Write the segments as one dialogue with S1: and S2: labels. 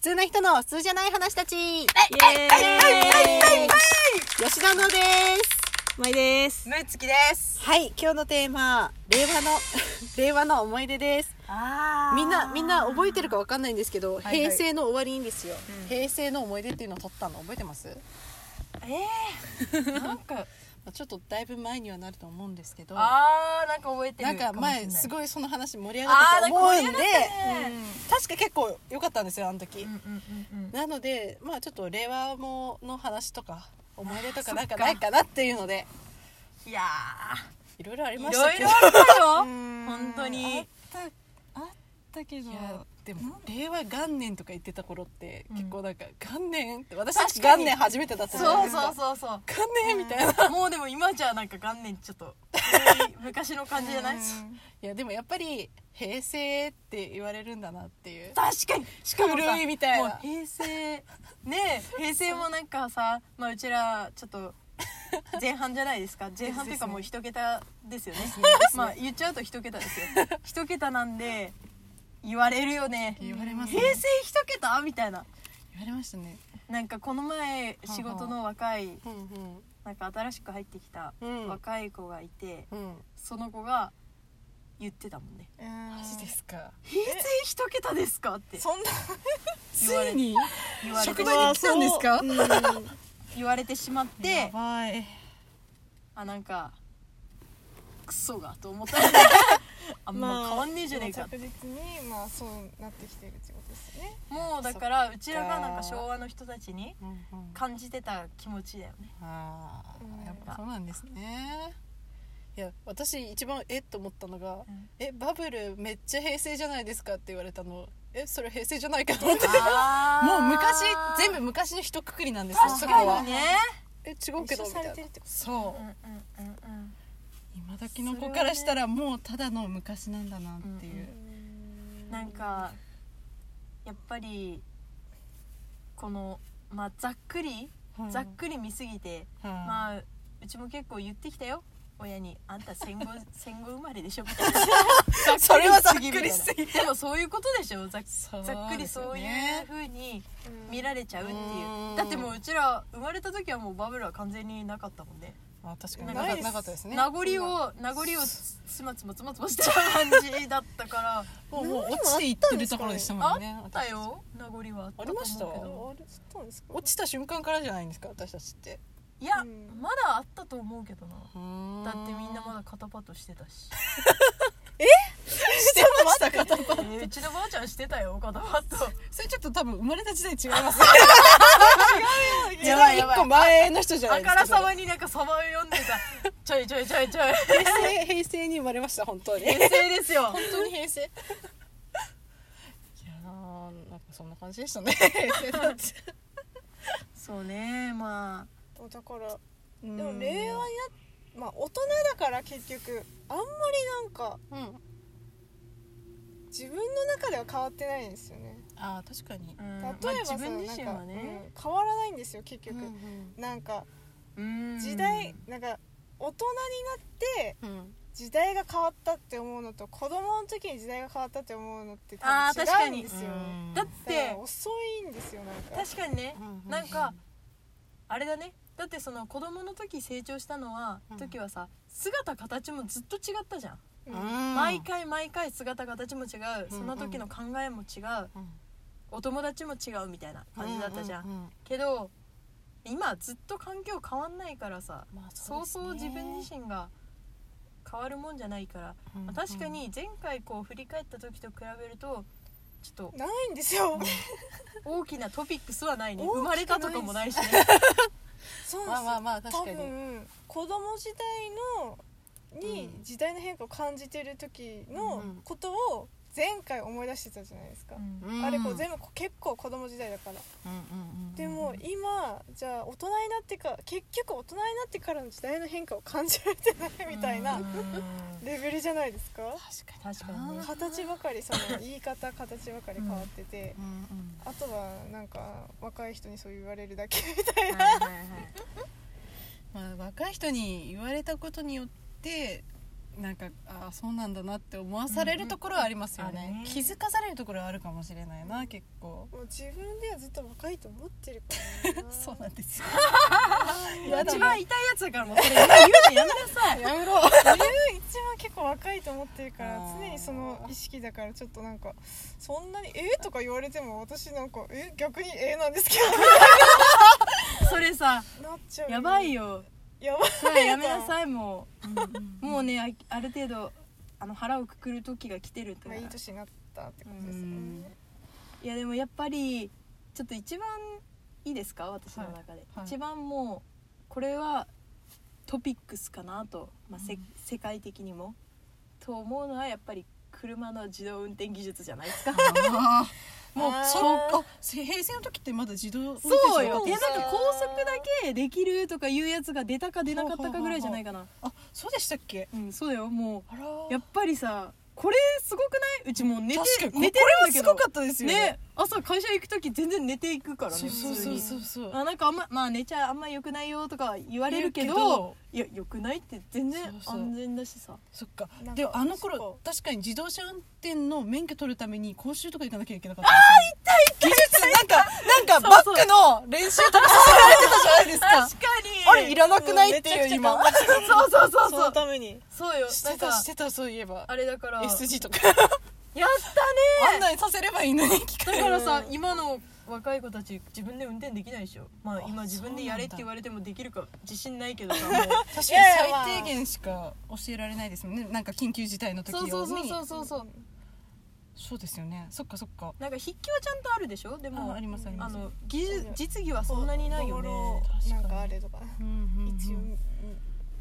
S1: 通な人の普通じゃない話たち。
S2: イエーイ
S1: 吉田のです。
S2: まいです。
S3: ムーツキです。
S1: はい、今日のテーマ、令和の、 令和の思い出です。
S3: あ
S1: みんな、みんな覚えてるかわかんないんですけど、
S3: いはい
S1: 平成の終わりにですよ、
S3: うん
S1: 平成の思い出っていうのを撮ったの覚えてます、
S3: え ー、なんか、
S1: まあちょっとだいぶ前にはなると思うんですけど、な
S3: あー、なんか覚えてる
S1: んか前す
S3: い。
S1: ごいその話盛り上がっ
S3: あー、
S1: た
S3: なん
S1: と
S3: か
S1: 思う
S3: 盛
S1: ん
S3: り
S1: で
S3: 上がったね。
S1: 確か結構良かったんですよあの時、
S3: うんうんうんうん。
S1: なのでまあちょっと令和もの話とか思い出とかなんか
S3: そっか
S1: ないかなっていうので
S3: いや
S1: いろいろあり
S3: ー、
S1: ま
S3: い
S1: した
S3: ろい
S1: け
S3: ろ
S1: ど
S3: あった よ。
S1: 本
S3: 本当に。
S2: あったけど
S1: いやでも令和元年とか言ってた頃って
S3: うん
S1: 結構なんか元年って私たち
S3: 確か
S1: 元
S3: に
S1: 年初めてだったじゃない
S3: そ
S1: で
S3: う
S1: すか
S3: そうそうそう。
S1: 元年みたいな、い
S3: もうでも今じゃなんか元年ちょっと、昔の感じじゃない
S1: やでもやっぱり平成って言われるんだなっていう
S3: 確かにしかもさ
S1: 古いみたいな
S3: もう 平成ねえ平成もなんかさ、まあ、うちらちょっと前半じゃないですか前半っていうかもう一桁ですよねまあ言っちゃうと一桁ですよ一桁なんで言われるよね
S1: 言われますね
S3: 平成一桁みたいな
S1: 言われましたね
S3: なんかこの前仕事の若い
S1: うん
S3: なんか新しく入ってきた
S1: うんうん
S3: 若い子がいて
S1: うん
S3: その子が言ってたもんね
S1: マジですか
S3: 「平成一桁ですか?」って
S2: そんな
S1: つ
S3: 言われ
S1: いに
S3: 言われて
S1: 職場に来たんですか
S3: 言われてしまって
S2: やばい。
S3: あなんかクソがと思ったあんま変わんねえじゃねえか、
S2: 着実にまあそうなってきてるってことですね。
S3: もうだからうちらがなんか昭和の人たちに
S1: うんうん
S3: 感じてた気持ちだよね
S1: ああやっぱそうなんですねいや私一番えっと思ったのが
S3: うん
S1: 「えバブルめっちゃ平成じゃないですか」って言われたのえそれ平成じゃないかと思ってもう昔全部昔の一括りなんですよ
S3: 確
S1: そこ
S3: か
S1: は
S3: にね
S1: え違うけど
S2: 一緒
S1: みた
S2: さ
S1: い
S2: れ
S1: な
S2: てるってこ
S1: そううん
S3: うんうん
S1: 今時の子からしたらもうただの昔なんだなっていう、
S3: うんなんかやっぱりこのまあざっくり
S1: はい
S3: ざっくり見すぎて、
S1: はい
S3: まあうちも結構言ってきたよ親に「あんた戦後戦後生まれでしょ」みたいな
S1: それはざっく
S3: みたい
S1: り
S3: な
S1: しすぎ
S3: でもそういうことでしょざっ
S1: そうですよね
S3: ざっくりそういう風に
S2: と。
S3: 見られちゃうっていう
S1: うん
S3: だってもううちら生まれた時はもうバブルは完全になかったもんね
S1: あ確かに
S3: な
S1: なんか
S3: か
S1: なかったですね
S3: 名
S1: も
S3: 残を名残をつつまつまつまつましてた感じだったから
S1: うもう落ちていってるところでしたもんね
S3: あったよ名残はあったと思うけ
S1: ありま
S3: ど
S2: あれ知ったんですか。
S1: 落ちた瞬間からじゃないんですか私たちって
S3: いや
S2: うん
S3: まだあったと思うけどな
S1: だ
S3: だってみんなまだ肩パッドしてたし
S1: してましたか
S3: えーうちのばあちゃんしてたよ肩パッド
S1: それちょっと多分生まれた時代違います違うよ
S3: やばいやばい
S1: 一個前の人じゃな
S3: あ
S1: いです
S3: か
S1: から
S3: さまになんかサバを読んでたちょいちょいちょいちょい
S1: 平成平成に生まれました本当に
S3: 平成ですよ
S1: 本当に平成いやーなんかそんな感じで したね平成だって
S3: そうねまあ
S2: だから
S1: で
S2: でも令和やまあ大人だから結局あんまりなんか
S1: うん
S2: 自分の中では変わってないんですよね。
S1: あー確かに
S3: うん
S2: 例え
S3: まあ
S2: ばさ、
S3: 自分自身
S2: なんか
S3: はね、
S2: うん変わらないんですよ結局。
S1: うん
S2: なんか
S3: うん
S2: 時代、なんか大人になって
S1: うん
S2: 時代が変わったって思うのと子供の時に時代が変わったって思うのって
S3: あ
S2: 多
S3: ー確か
S2: 分違
S3: に
S2: うんですよね
S3: だっ
S2: だから
S3: て
S2: 遅いんですよなんか
S3: 確かにね
S1: うん
S3: なんかあれだねだってその子供の時成長したのは、
S1: うん
S3: 時はさ姿形もずっと違ったじゃん、
S2: うん
S3: 毎回毎回姿形も違う
S1: うん
S3: その時の考えも違う、お友達も違うみたいな感じだったじゃん、
S1: ううう
S3: けど今ずっと環境変わんないからさ
S1: まあ
S3: そうそう自分自身が変わるもんじゃないから、
S1: 身
S3: まあ確かに前回こう振り返った時と比べるとち ょっと
S2: ないんです よ
S3: 大きなトピックスはないね
S2: 大きく
S3: 生まれたとかもないしね
S2: そう
S1: まあ
S2: なん
S1: まあまあ
S2: ですよ
S1: 確か
S2: 多
S1: に
S2: 分子供時代のに
S1: うん
S2: 時代の変化を感じてる時
S1: う
S2: の
S1: ん
S2: ことを前回思い出してたじゃないですか、
S3: うん
S1: うん
S2: あれこう全部結構子供時代だから
S1: うんうんうん
S2: でも今じゃあ大人になってから結局大人になってからの時代の変化を感じられてないみたいな
S3: うん
S2: レベルじゃないですか
S1: 確かに
S3: 確かにね
S2: 形ばかりその言い方形ばかり変わってて
S1: うんうん
S2: あとはなんか若い人にそう言われるだ けみたいな
S3: はいはいはい
S1: まあ、若い人に言われたことによってなんかああそうなんだなって思わされるところはありますよ
S3: うんうんあ
S1: ね
S3: るね
S1: 気づかされるところはあるかもしれないな結構
S2: もう自分ではずっと若いと思ってるからな
S1: そうなんです よやだ
S3: 一
S1: な
S3: 番痛いやつだからもうそれ 今言うのやめなさい
S1: やめろ
S2: 自分一番結構若いと思ってるから
S1: あー
S2: 常にその意識だからちょっとなんかそんなに「えとか言われても私なんか「え逆に「えなんですけ
S3: それさ
S2: どなっちゃう
S3: やばい
S2: よ
S3: よ
S2: やばい
S3: それはやめなさいも
S1: うん
S3: うもうねあある程度あの腹をくくる時が来てるって
S2: まあいい年になったって感じ
S1: う
S2: です
S1: ん
S2: ね
S3: いやでもやっぱりちょっと一番いいですか私の中で、
S1: はい
S3: 一番もうこれはトピックスかなと、まあせ世界的にもと思うのはやっぱり車の自動運転技術じゃないですか
S1: あーもう
S2: あー
S1: そうあせ平成の時ってまだ自動運転手
S3: そう
S1: だっ
S3: よ
S1: た
S3: いや
S1: んです
S3: なんか高速だけできるとかいうやつが出たか出なかったかぐらいじゃないかな
S1: あそうでしたっけ
S3: うんそうだよも
S1: あら
S3: うやっぱりさこれすごくないうちもう寝て
S1: 確かに
S3: 寝て
S1: こ
S3: る
S1: れは
S3: んだけ
S1: す
S3: ど
S1: ごかったですよ
S3: ね朝会社行く時全然寝ていくからね
S1: そうそうそうそう
S3: 普通に
S1: そう
S3: あなんかあんままあ寝ちゃあんま良くないよとか言われるけど
S1: 言うけど
S3: いや良くないって全然
S1: そうそう
S3: 安全だしさ
S1: そっか
S2: なんか
S1: でもあの
S2: そ
S1: 頃
S2: う
S1: 確かに自動車運転の免許取るために講習とか行かなきゃいけなかったああ痛い痛い技術なんかなんか
S3: そうそう
S1: バックの練習とかさせられてたじゃないですか
S3: かに
S1: あれいらなくないっていう今
S2: めちゃ くちゃ頑張って
S3: そうそうそう
S2: そ
S3: そう
S2: のために
S3: そうよ
S1: し
S3: な
S1: て
S3: んか
S1: たしてたそういえば
S3: あれだからやった
S1: SG とか案
S3: ね
S1: 内させればいいのに機械
S3: だからさ今の若い子たち自分で運転できないでしょまあ今
S1: あ
S3: 自分でやれって言われてもできるか自信ないけど さ
S1: 確か
S2: い
S1: に
S2: やいやまあ
S1: 最低限しか教えられないですもんねなんか緊急事態の時
S3: そ
S1: 用
S3: う
S1: に
S3: そうそうそうそうそう
S1: そうですよねそっかそっか
S3: なんか筆記はちゃんとあるでしょでも
S1: あありますあり
S3: あ
S1: ます
S3: の技術実技はそんなにないよね
S2: 道路なんかあれとか
S1: うんうんうん
S2: 一応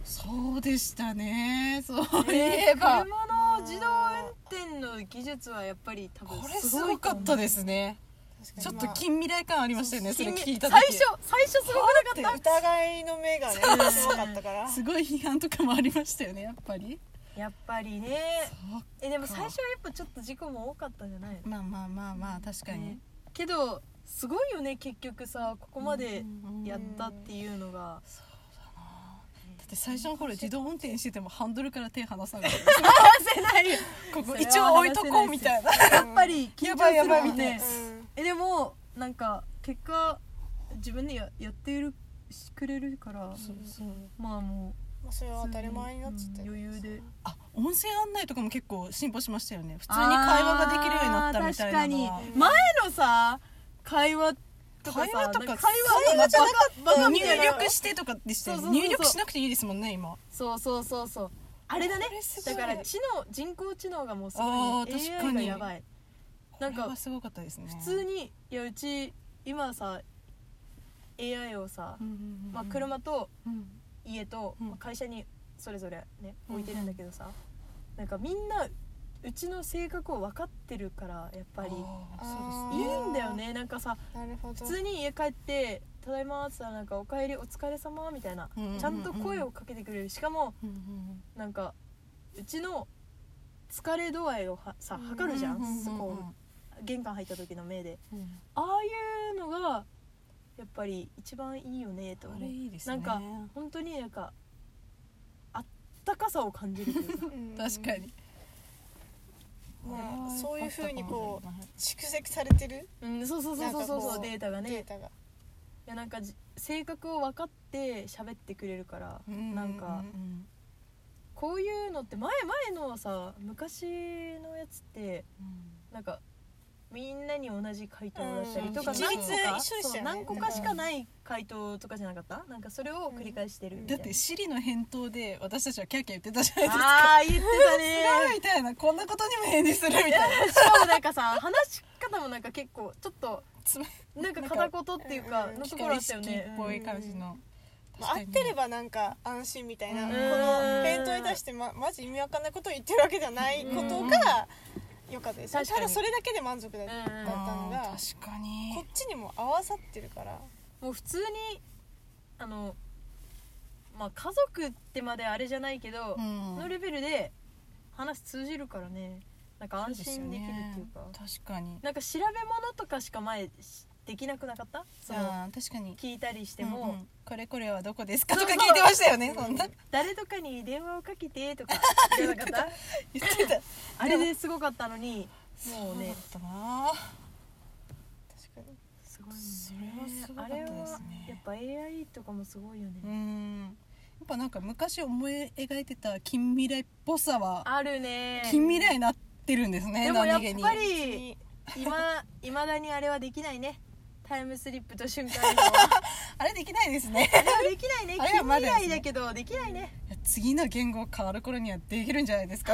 S1: そうでしたねそう い
S3: え
S1: えば、
S3: 車の自動運転の技術はやっぱり多分
S1: これすごかったですね
S2: 確かに
S1: ちょっと
S2: まあ
S1: 近未来感ありましたよねそ
S3: す
S1: れ
S3: ごい
S1: 聞いた
S3: 最
S1: 時
S3: 初最初すごくなかっ
S2: 疑いの目がねすごかったから
S1: すごい批判とかもありましたよねやっぱり
S3: たやっぱりねえでも最初はやっぱちょっと事故も多かったんじゃないの
S1: まあまあまあまあ確かに
S3: ね、けどすごいよね結局さここまで
S1: うん
S3: やったっていうのが
S1: だって最初の頃自動運転しててもハンドルから手離さない
S3: せないよ
S1: ここ一応置いとこうみたいな
S3: やっぱり緊張する
S1: や
S3: よね
S1: ばいやばいみたいな
S2: うん
S3: えでもなんか結果自分でややっているしくれるからまあもう
S2: まあそれは当たり前になっちゃって
S3: うん余裕で
S1: あ音声案内とかも結構進歩しましたよね普通に会話ができるようになったみたいなのは
S3: あー確かに前のさ会話とかさ
S1: 会話とか
S3: 会話
S1: 会話じゃなか
S3: バカバカみ
S1: 入
S3: たいな
S1: 力してとかでしたよね
S3: そうそうそうそう
S1: 入力しなくていいですもんね今
S3: そうそうそうそうあれだね
S1: これすご
S3: だ
S1: い
S3: から知能人工知能がもうす
S1: あ
S3: ごい、
S1: ー
S3: ね、
S1: 確かに
S3: AI がやばいなん
S1: これ
S3: か
S1: はすごかったですね
S3: 普通にいやうち今さ AI をさ、
S1: うんうんうんうん
S3: まあ、車と
S1: うん
S3: 家と、
S1: うん
S3: まあ会社にそれぞれね
S1: うん
S3: 置いてるんだけどさ、なんかみんなうちの性格を分かってるからやっぱり
S1: あー
S3: いいんだよねなんかさ
S2: なるほど
S3: 普通に家帰って「ただいま」って言ったらなんか「おかえりお疲れ様みたいな、
S1: うんうんうん
S3: ちゃんと声をかけてくれるしかも
S1: そうですうん
S3: なんかうちの疲れ度合いをはさ測るじゃん、
S1: うんうんうん
S3: そこ玄関入った時の目で
S1: うんうん
S3: ああいうのがやっぱり一番いいよねと思
S1: あ
S3: う
S1: れいいです
S3: な
S1: ね
S3: んか本当になんかあったかさを感じるという か
S2: うん
S1: 確かに
S2: まあそういうふうにこう
S1: う
S2: 蓄積されてる
S3: うんそうそうそうそうそう
S2: な
S3: そ
S2: んかこ
S3: う
S2: う
S3: データがね
S2: データが
S3: いやなんかじ性格を分かって喋ってくれるから、なんかこういうのって前前のさ昔のやつってなんかみんなに同じ回答だったりとか
S1: うん
S3: 何個か
S2: 一律一緒でしたよね
S3: そう何個かしかない回答とかじゃなかったなんかそれを繰り返してるみた
S1: だ
S3: い
S1: っ
S3: な、
S1: てシリの返答で私たちはキャーキャー言ってたじゃないですか
S3: ああ言ってた
S1: す
S3: ね
S1: ごいみたいなこんなことにも返事するみたいな
S3: しかもなんかさ話し方もなんか結構ちょっと
S1: つま
S3: なんか片言っていうか
S2: うん
S3: の
S1: 機
S3: ところ
S1: 械
S3: あったよ
S1: 式
S3: ね
S1: っぽい
S3: うん
S1: 感じの
S2: まあ合ってれ
S1: ば
S2: ばなんか安心みたいな
S1: うん
S2: この弁当に対してまマジ意味わかんないことを言ってるわけじゃないことが良かったですた
S3: 確かに
S2: だそれだけで満足だった
S3: うん
S2: のが
S1: 確かに
S2: こっちにも合わさってるから
S3: もう普通にあのまあ家族ってまであれじゃないけど、
S1: うん
S3: のレベルで話通じるからねなんか安心できるっていうか
S1: そうですよね確かに
S3: なんか調べ物とかしか前しできなくなかったその
S1: あー確かに
S3: 聞いたりして
S1: でも、
S3: も、
S1: これこれはどこですかとか聞いてましたよね そんな
S3: 誰とかに電話をかけてとか言わなかった
S1: 言って た
S3: あれですごかったのに
S1: そ
S3: も
S1: う
S3: う
S1: だ
S3: ね
S1: ったな
S2: 確かに
S3: すご
S1: それはすごか
S3: あ
S1: った
S3: れ
S1: で
S3: は
S1: すね
S3: やっぱ AI とかもすごいよね、
S1: うんやっぱなんか昔思い描いてた近未来っぽさは
S3: あるね
S1: 近未来になってるんですね
S3: でもやっ
S1: 何気に
S3: ぱり今いまだにあれはできないねタイムスリップと瞬間移動は
S1: あれできないですね
S3: あれはできないね
S1: あれは
S3: 近
S1: ま
S3: 未
S1: だですね
S3: 来だけどできないね
S1: いや次の言語変わる頃にはできるんじゃないです か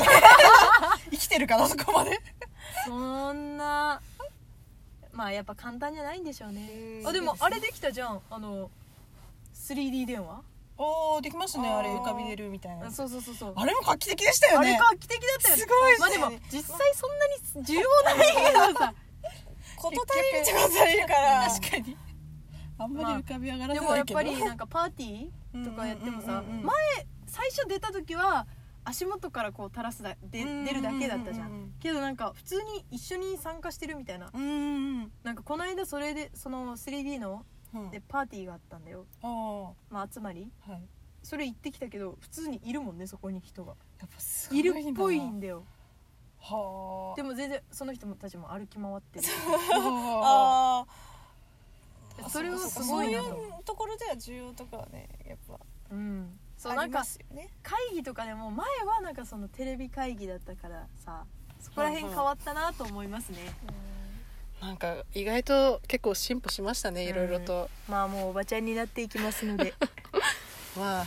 S1: 生きてるからそこまで
S3: そんなまあやっぱ簡単じゃないんでしょうね
S2: うん
S3: あでも
S2: そう
S3: あれできたじゃんあの 3D 電話、
S1: おーできましたね
S2: あー
S1: あれ浮かび出るみたいな
S3: そうそうそうそう
S1: あれも画期的でしたよ
S3: あれ
S1: ね
S3: 画期的だったよね
S1: すごいっす
S3: まあ
S1: よ
S3: で
S1: ね
S3: も実際そんなに需要ないけどさ
S2: こと足り るっちゃこと足りるから
S1: 確かにあんまり浮かび上がら
S3: で
S1: せ
S3: も
S1: な
S3: や
S1: い
S3: っ
S1: けど
S3: ぱりなんかパーティーとかやってもさ
S1: うんうんうんうん
S3: 前最初出た時は足元からこう垂らすだで
S1: うんうんうんうん
S3: 出るだけだったじゃんけどなんか普通に一緒に参加してるみたいな
S1: うんうん
S3: なんかこの間それでその 3D の
S1: うん
S3: でパーティーがあったんだよ
S1: ああは
S3: まあ集まり
S1: いやっ
S3: それ行ってきたけど普通にいるもんねそこに人が
S1: ぱすご
S3: い
S1: い
S3: る
S1: な
S3: っぽいんだよ
S1: はあ
S3: でも全然その人たちも歩き回ってる
S1: あ
S2: あ
S1: あ
S3: それは
S2: あ
S3: す
S1: そ
S3: ご
S2: そう
S3: い
S2: い
S3: な
S2: う
S3: と
S2: ところでは需要とかはねやっぱ
S3: うんそう
S2: あ
S3: な
S2: り
S3: んか
S2: ますよね
S3: 会議とかでも前はなんかそのテレビ会議だったからさそこら辺
S1: はいはい
S3: 変わったなと思いますね、
S1: なんか意外と結構進歩しましたねいろいろと
S3: まあもうおばちゃんになっていきますの で
S1: まあ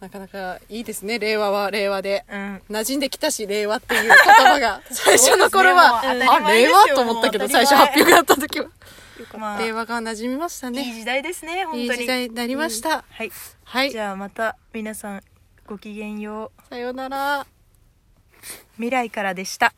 S1: なかなかいいですね令和は令和で
S3: うん
S1: 馴染んできたし令和っていう言葉 が最初の頃は、
S3: そうですねも
S1: あ
S3: う当たり前
S1: 令
S3: ですよ
S1: 和と思ったけど
S3: もう当
S1: 最
S3: たり前
S1: 初発表があった時は
S3: まあ
S1: 令和が馴染みました
S3: いい
S1: ね
S3: 時代ですね本当に
S1: いい時代になりました、
S3: はい、
S1: はい
S3: じゃあまた皆さんごきげんよう
S1: さようなら
S3: 未来からでした